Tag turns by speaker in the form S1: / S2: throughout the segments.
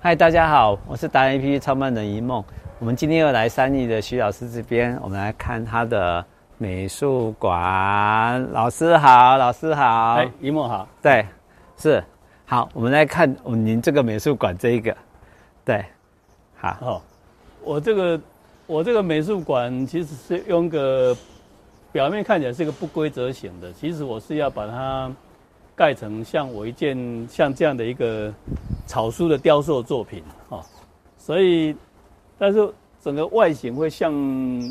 S1: 嗨，大家好，我是达人 APP 创办人一梦。我们今天又来三立的徐老师这边，我们来看他的美术馆。老师好，老师好。
S2: 哎，一梦好，
S1: 对，是好。我们来看哦您这个美术馆这一个，对，好，
S2: 好，我这个我这个美术馆其实是用个表面看起来是一个不规则型的，其实我是要把它盖成像我一件像这样的一个草书的雕塑作品哦，所以但是整个外形会像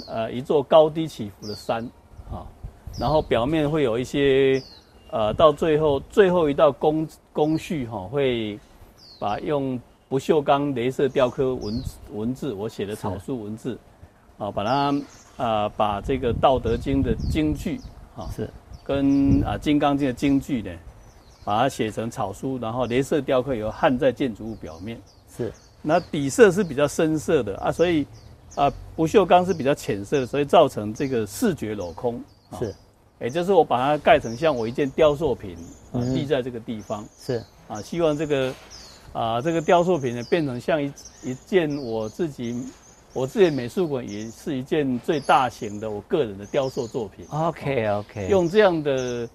S2: 呃一座高低起伏的山啊、哦，然后表面会有一些呃到最后最后一道工工序哈、哦、会把用不锈钢镭射雕刻文字文字，我写的草书文字，啊，把它啊、呃把这个《道德经》的经句啊，
S1: 是
S2: 跟啊《金刚经》的经句呢，把它写成草书，然后镭射雕刻以后焊在建筑物表面。
S1: 是
S2: 那底色是比较深色的啊，所以啊不锈钢是比较浅色的，所以造成这个视觉镂空。啊
S1: 是，
S2: 也就是我把它盖成像我一件雕塑品啊
S1: 嗯
S2: 立在这个地方。
S1: 是
S2: 啊，希望这个啊这个雕塑品呢变成像一一件我自己我自己的美术馆也是一件最大型的我个人的雕塑作品，
S1: ，OK OK，
S2: 用这样的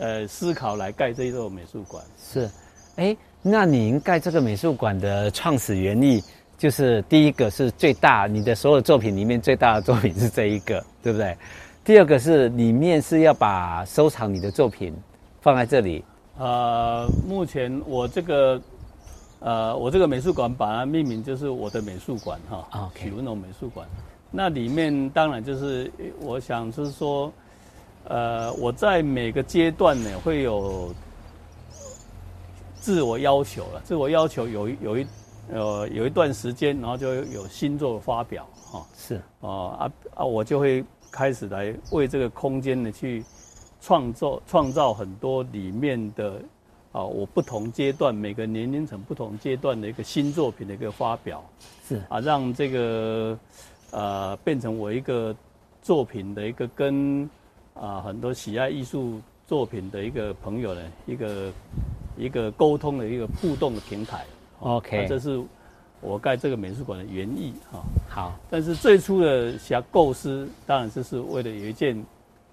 S2: 呃思考来盖这一座美术馆。
S1: 是，哎，那您盖这个美术馆的创始原意，就是第一个是最大，你的所有作品里面最大的作品是这一个， 对不对？第二个是里面是要把收藏你的作品放在这里，
S2: 呃，目前我这个呃，我这个美术馆把它命名就是我的美术馆哈，
S1: OK
S2: 许文龙美术馆。那里面当然就是呃我想就是说，呃，我在每个阶段呢会有自我要求了，自我要求有一有一呃有一段时间，然后就有新作发表哈。
S1: 是
S2: 哦啊啊，我就会开始来为这个空间呢去创造创造很多里面的啊，我不同阶段每个年龄层不同阶段的一个新作品的一个发表
S1: 是
S2: 啊，让这个呃变成我一个作品的一个跟啊很多喜爱艺术作品的一个朋友呢一个一个沟通的一个互动的平台。
S1: OK
S2: 啊这是我盖这个美术馆的原意哈。
S1: 好，
S2: 但是最初的想构思，当然就是为了有一件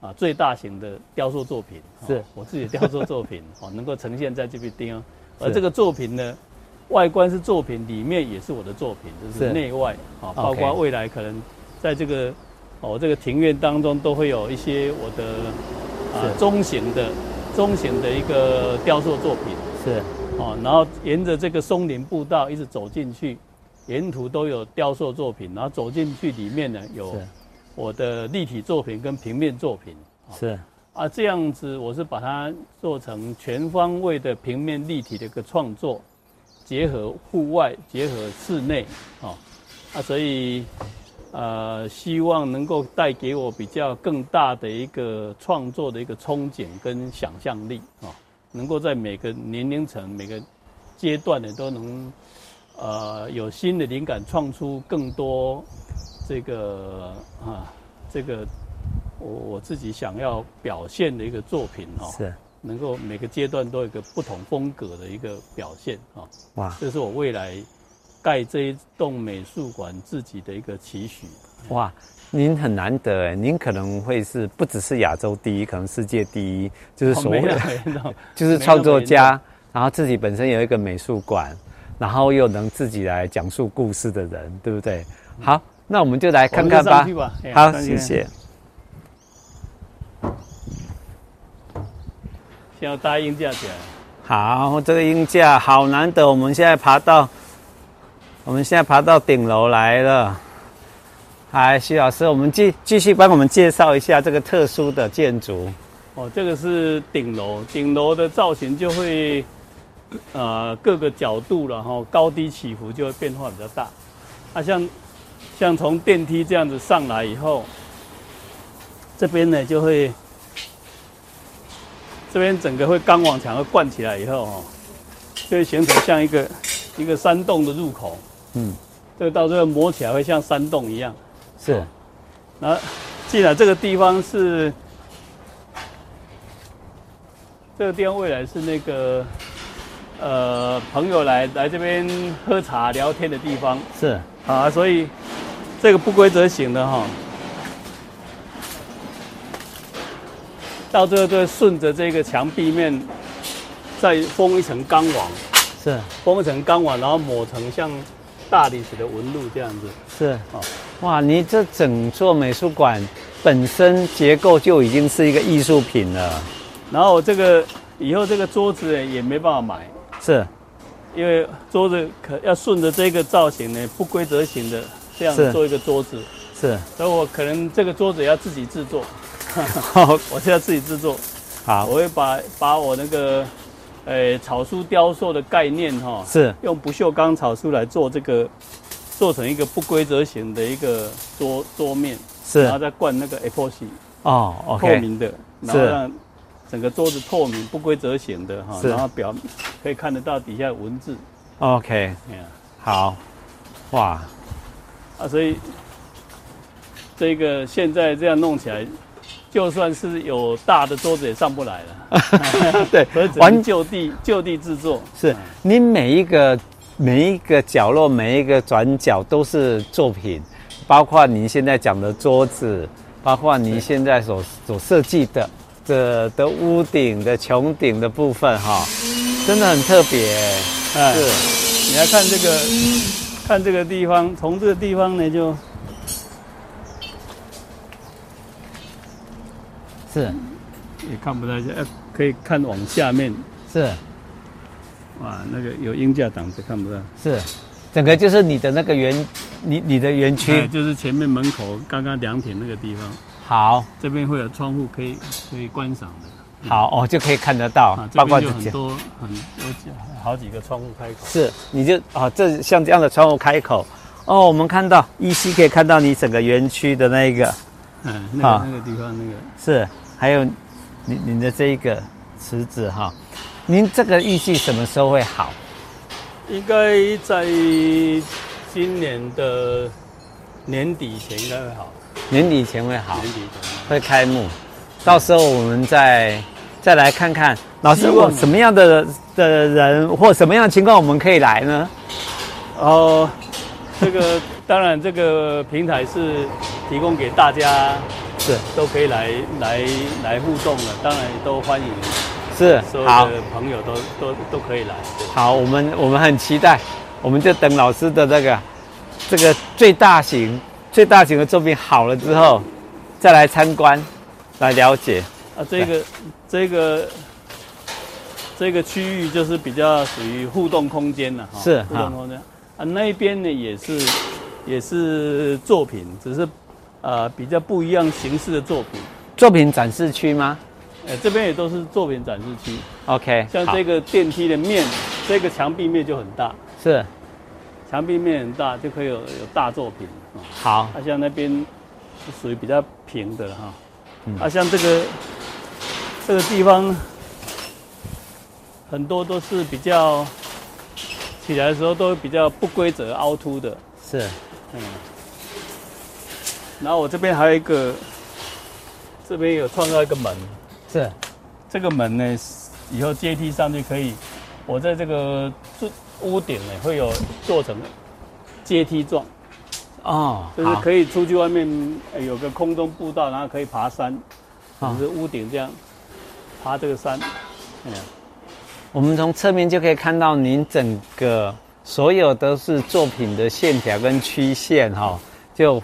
S2: 啊最大型的雕塑作品，哦
S1: 是
S2: 我自己的雕塑作品 哦，能够呈现在这边钉。而
S1: 是
S2: 这个作品呢，外观是作品，里面也是我的作品，就是
S1: 是
S2: 内外啊，哦
S1: OK
S2: 包括未来可能在这个哦这个庭院当中，都会有一些我的啊
S1: 是
S2: 中型的中型的一个雕塑作品。
S1: 是
S2: 哦，然后沿着这个松林步道一直走进去，沿途都有雕塑作品，然后走进去里面呢有
S1: 是
S2: 我的立体作品跟平面作品
S1: 是
S2: 啊，这样子我是把它做成全方位的平面立体的一个创作，结合户外，结合室内，哦，啊，所以呃，希望能够带给我比较更大的一个创作的一个憧憬跟想象力啊、哦，能够在每个年龄层、每个阶段呢都能呃有新的灵感，创出更多这个啊这个我我自己想要表现的一个作品哦，
S1: 是，
S2: 能够每个阶段都有一个不同风格的一个表现啊、哦，
S1: 哇
S2: 这是我未来盖这一栋美术馆自己的一个期许。
S1: 哇，您很难得哎，您可能会是不只是亚洲第一，可能世界第一，就是所谓
S2: 哦没有
S1: 的。
S2: 没有
S1: 就是创作家，然后自己本身有一个美术馆，然后又能自己来讲述故事的人，对不对？好，那嗯我们就来看看
S2: 我
S1: 吧
S2: 们就上去。吧哎呀
S1: 好，
S2: 上去
S1: 谢谢。
S2: 先要搭硬架起来。
S1: 好，这个鹰架好难得，我们现在爬到，我们现在爬到顶楼来了。嗨，徐老师，我们继继续帮我们介绍一下这个特殊的建筑。
S2: 哦，这个是顶楼，顶楼的造型就会，呃，各个角度然后高低起伏就会变化比较大。啊，像像从电梯这样子上来以后，这边呢就会，这边整个会钢网墙会灌起来以后哦，就会形成像一个一个山洞的入口。
S1: 嗯，
S2: 这个到最后磨起来会像山洞一样。
S1: 是
S2: 那既然这个地方是，这个地方未来是那个，呃朋友来来这边喝茶聊天的地方
S1: 是
S2: 啊，所以这个不规则型的哈，到最后就会顺着这个墙壁面再封一层钢网，
S1: 是
S2: 封一层钢网，然后抹成像大理石的纹路这样子。
S1: 是
S2: 哦，
S1: 哇！你这整座美术馆本身结构就已经是一个艺术品了，
S2: 然后这个以后这个桌子也没办法买，
S1: 是
S2: 因为桌子可要顺着这个造型呢，不规则型的这样
S1: 是
S2: 做一个桌子，
S1: 是，
S2: 所以我可能这个桌子也要自己制作，
S1: 好，
S2: 我现在自己制作，
S1: 好
S2: 我会把把我那个，呃，草书雕塑的概念哈、
S1: 是
S2: 用不锈钢草书来做这个，做成一个不规则型的一个桌桌面，
S1: 是
S2: 然后再灌那个 epoxy
S1: 哦
S2: 透
S1: ，OK，
S2: 明的，然
S1: 是
S2: 后让整个桌子透明不规则型的哈、
S1: 是
S2: 然后表可以看得到底下的文字，
S1: OK，
S2: 哎呀
S1: 好， 哇，
S2: 啊，所以这个现在这样弄起来，就算是有大的桌子也上不来了。
S1: 对
S2: 所以只
S1: 完
S2: 能就地就地制作。
S1: 是你每一个每一个角落、每一个转角都是作品，包括您现在讲的桌子，包括您现在所所设计的的的屋顶的穹顶的部分哈、真的很特别。
S2: 哎，
S1: 是
S2: 你来看这个，看这个地方，从这个地方呢就。
S1: 是
S2: 也看不太见，呃可以看往下面，
S1: 是
S2: 哇，那个有鹰架挡着看不到。
S1: 是，整个就是你的那个园，你你的园
S2: 哎
S1: 区
S2: 就是前面门口刚刚凉亭那个地方，
S1: 好。
S2: 这边会有窗户可以可以观赏的
S1: 好哦，就可以看得到，
S2: 嗯啊，这
S1: 包括
S2: 边就
S1: 自己
S2: 很多很有几好几个窗户开口。
S1: 是，你就啊、这像这样的窗户开口，哦，我们看到依稀可以看到你整个园区的那一个，
S2: 嗯，那
S1: 啊
S2: 个那个地方那个
S1: 是，还有您您的这一个池子哈，您这个预计什么时候会好？
S2: 应该在今年的年底前应该会好，
S1: 年底前会好
S2: 年，底前。
S1: 会开幕，到时候我们再再来看看，老师
S2: 希望
S1: 我什么样的的人或什么样的情况我们可以来呢？
S2: 哦，这个当然这个平台是提供给大家
S1: 是
S2: 都可以来来来互动了，当然都欢迎
S1: 是
S2: 所有
S1: 好
S2: 的朋友都都都可以来。对
S1: 好，我们我们很期待，我们就等老师的那个这个最大型最大型的作品好了之后，再来参观，来了解。
S2: 啊，这个这个这个区域就是比较属于互动空间了哈，
S1: 是
S2: 互
S1: 哈
S2: 动空间啊，那一边呢也是也是作品，只是呃比较不一样形式的作品。
S1: 作品展示区吗
S2: 呃，这边也都是作品展示区，
S1: ？OK，
S2: 像这
S1: 个
S2: 个电梯的面，这个墙壁面就很大，
S1: 是
S2: 墙壁面很大就可以有有大作品啊。
S1: 好
S2: 啊，像那边是属于比较平的了哈。
S1: 嗯
S2: 啊，像这个这个地方，很多都是比较起来的时候都比较不规则、凹凸的。
S1: 是
S2: 嗯。然后我这边还有一个，这边有创造一个门，
S1: 是
S2: 这个门呢，以后阶梯上去可以，我在这个这屋顶呢会有做成阶梯状。
S1: 哦，
S2: 就是
S1: 好
S2: 可以出去外面呃有个空中步道，然后可以爬山，
S1: 好
S2: 就是屋顶这样爬这个山。啊哎呀
S1: 我们从侧面就可以看到您整个所有都是作品的线条跟曲线哈、就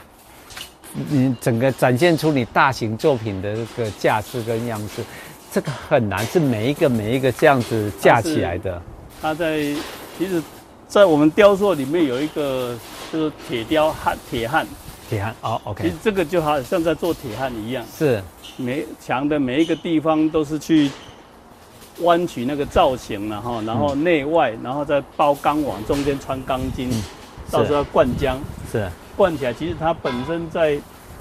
S1: 你整个展现出你大型作品的这个价值跟样式，这个很难是每一个每一个这样子架起来的，
S2: 它在其实，在我们雕塑里面有一个就是铁雕汉铁汉，
S1: 铁汉哦
S2: 其
S1: ，OK，
S2: 实这个就好像在做铁汉一样，
S1: 是
S2: 每墙的每一个地方都是去。弯曲那个造型，然后，然后内外，然后再包钢网，中间穿钢筋，到时候要灌浆，
S1: 是
S2: 灌起来，其实它本身在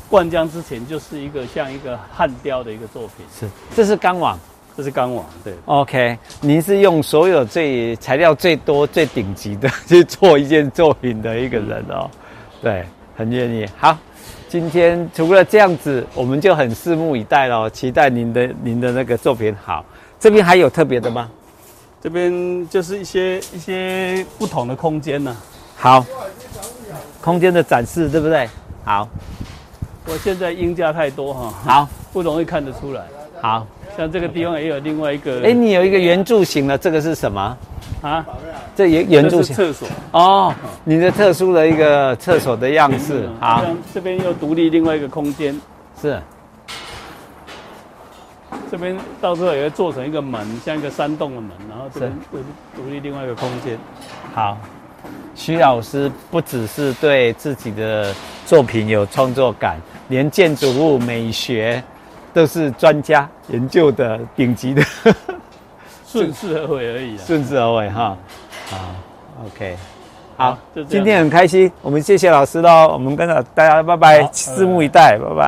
S2: 灌浆之前就是一个像一个焊雕的一个作品，
S1: 是，这是钢网
S2: 这是钢网，对，
S1: ，OK，您是用所有最材料最多最顶级的去做一件作品的一个人哦，对，很愿意。好，今天除了这样子，我们就很哦拭目以待喽，期待您的您的那个作品好。这边还有特别的吗？
S2: 这这边就是一些一些不同的空间呐、
S1: 好，空间的展示，对不对？好，
S2: 我现在鹰架太多哈、
S1: 好，
S2: 不容易看得出来。
S1: 好。
S2: 像这个地方也有另外一个，
S1: 哎，你有一个圆柱形的，这个是什么？
S2: 啊，
S1: 这圆圆
S2: 这
S1: 柱
S2: 是
S1: 形
S2: 厕所。
S1: 哦，你的特殊的一个厕所的样式，好
S2: 这，样嗯这边又独立另外一个空间，
S1: 是
S2: 这边到时候也会做成一个门，像一个山洞的门，然后这边又独立另外一个空间。
S1: 好。徐老师不只是对自己的作品有创作感，连建筑物美学都是专家研究的顶级的。
S2: 顺势而为而已啊。
S1: 顺势而为哈。好，OK，好
S2: 好就这样，
S1: 今天很开心，我们谢谢老师喽，我们跟着大家拜拜，
S2: 好
S1: 拭目以待，拜拜。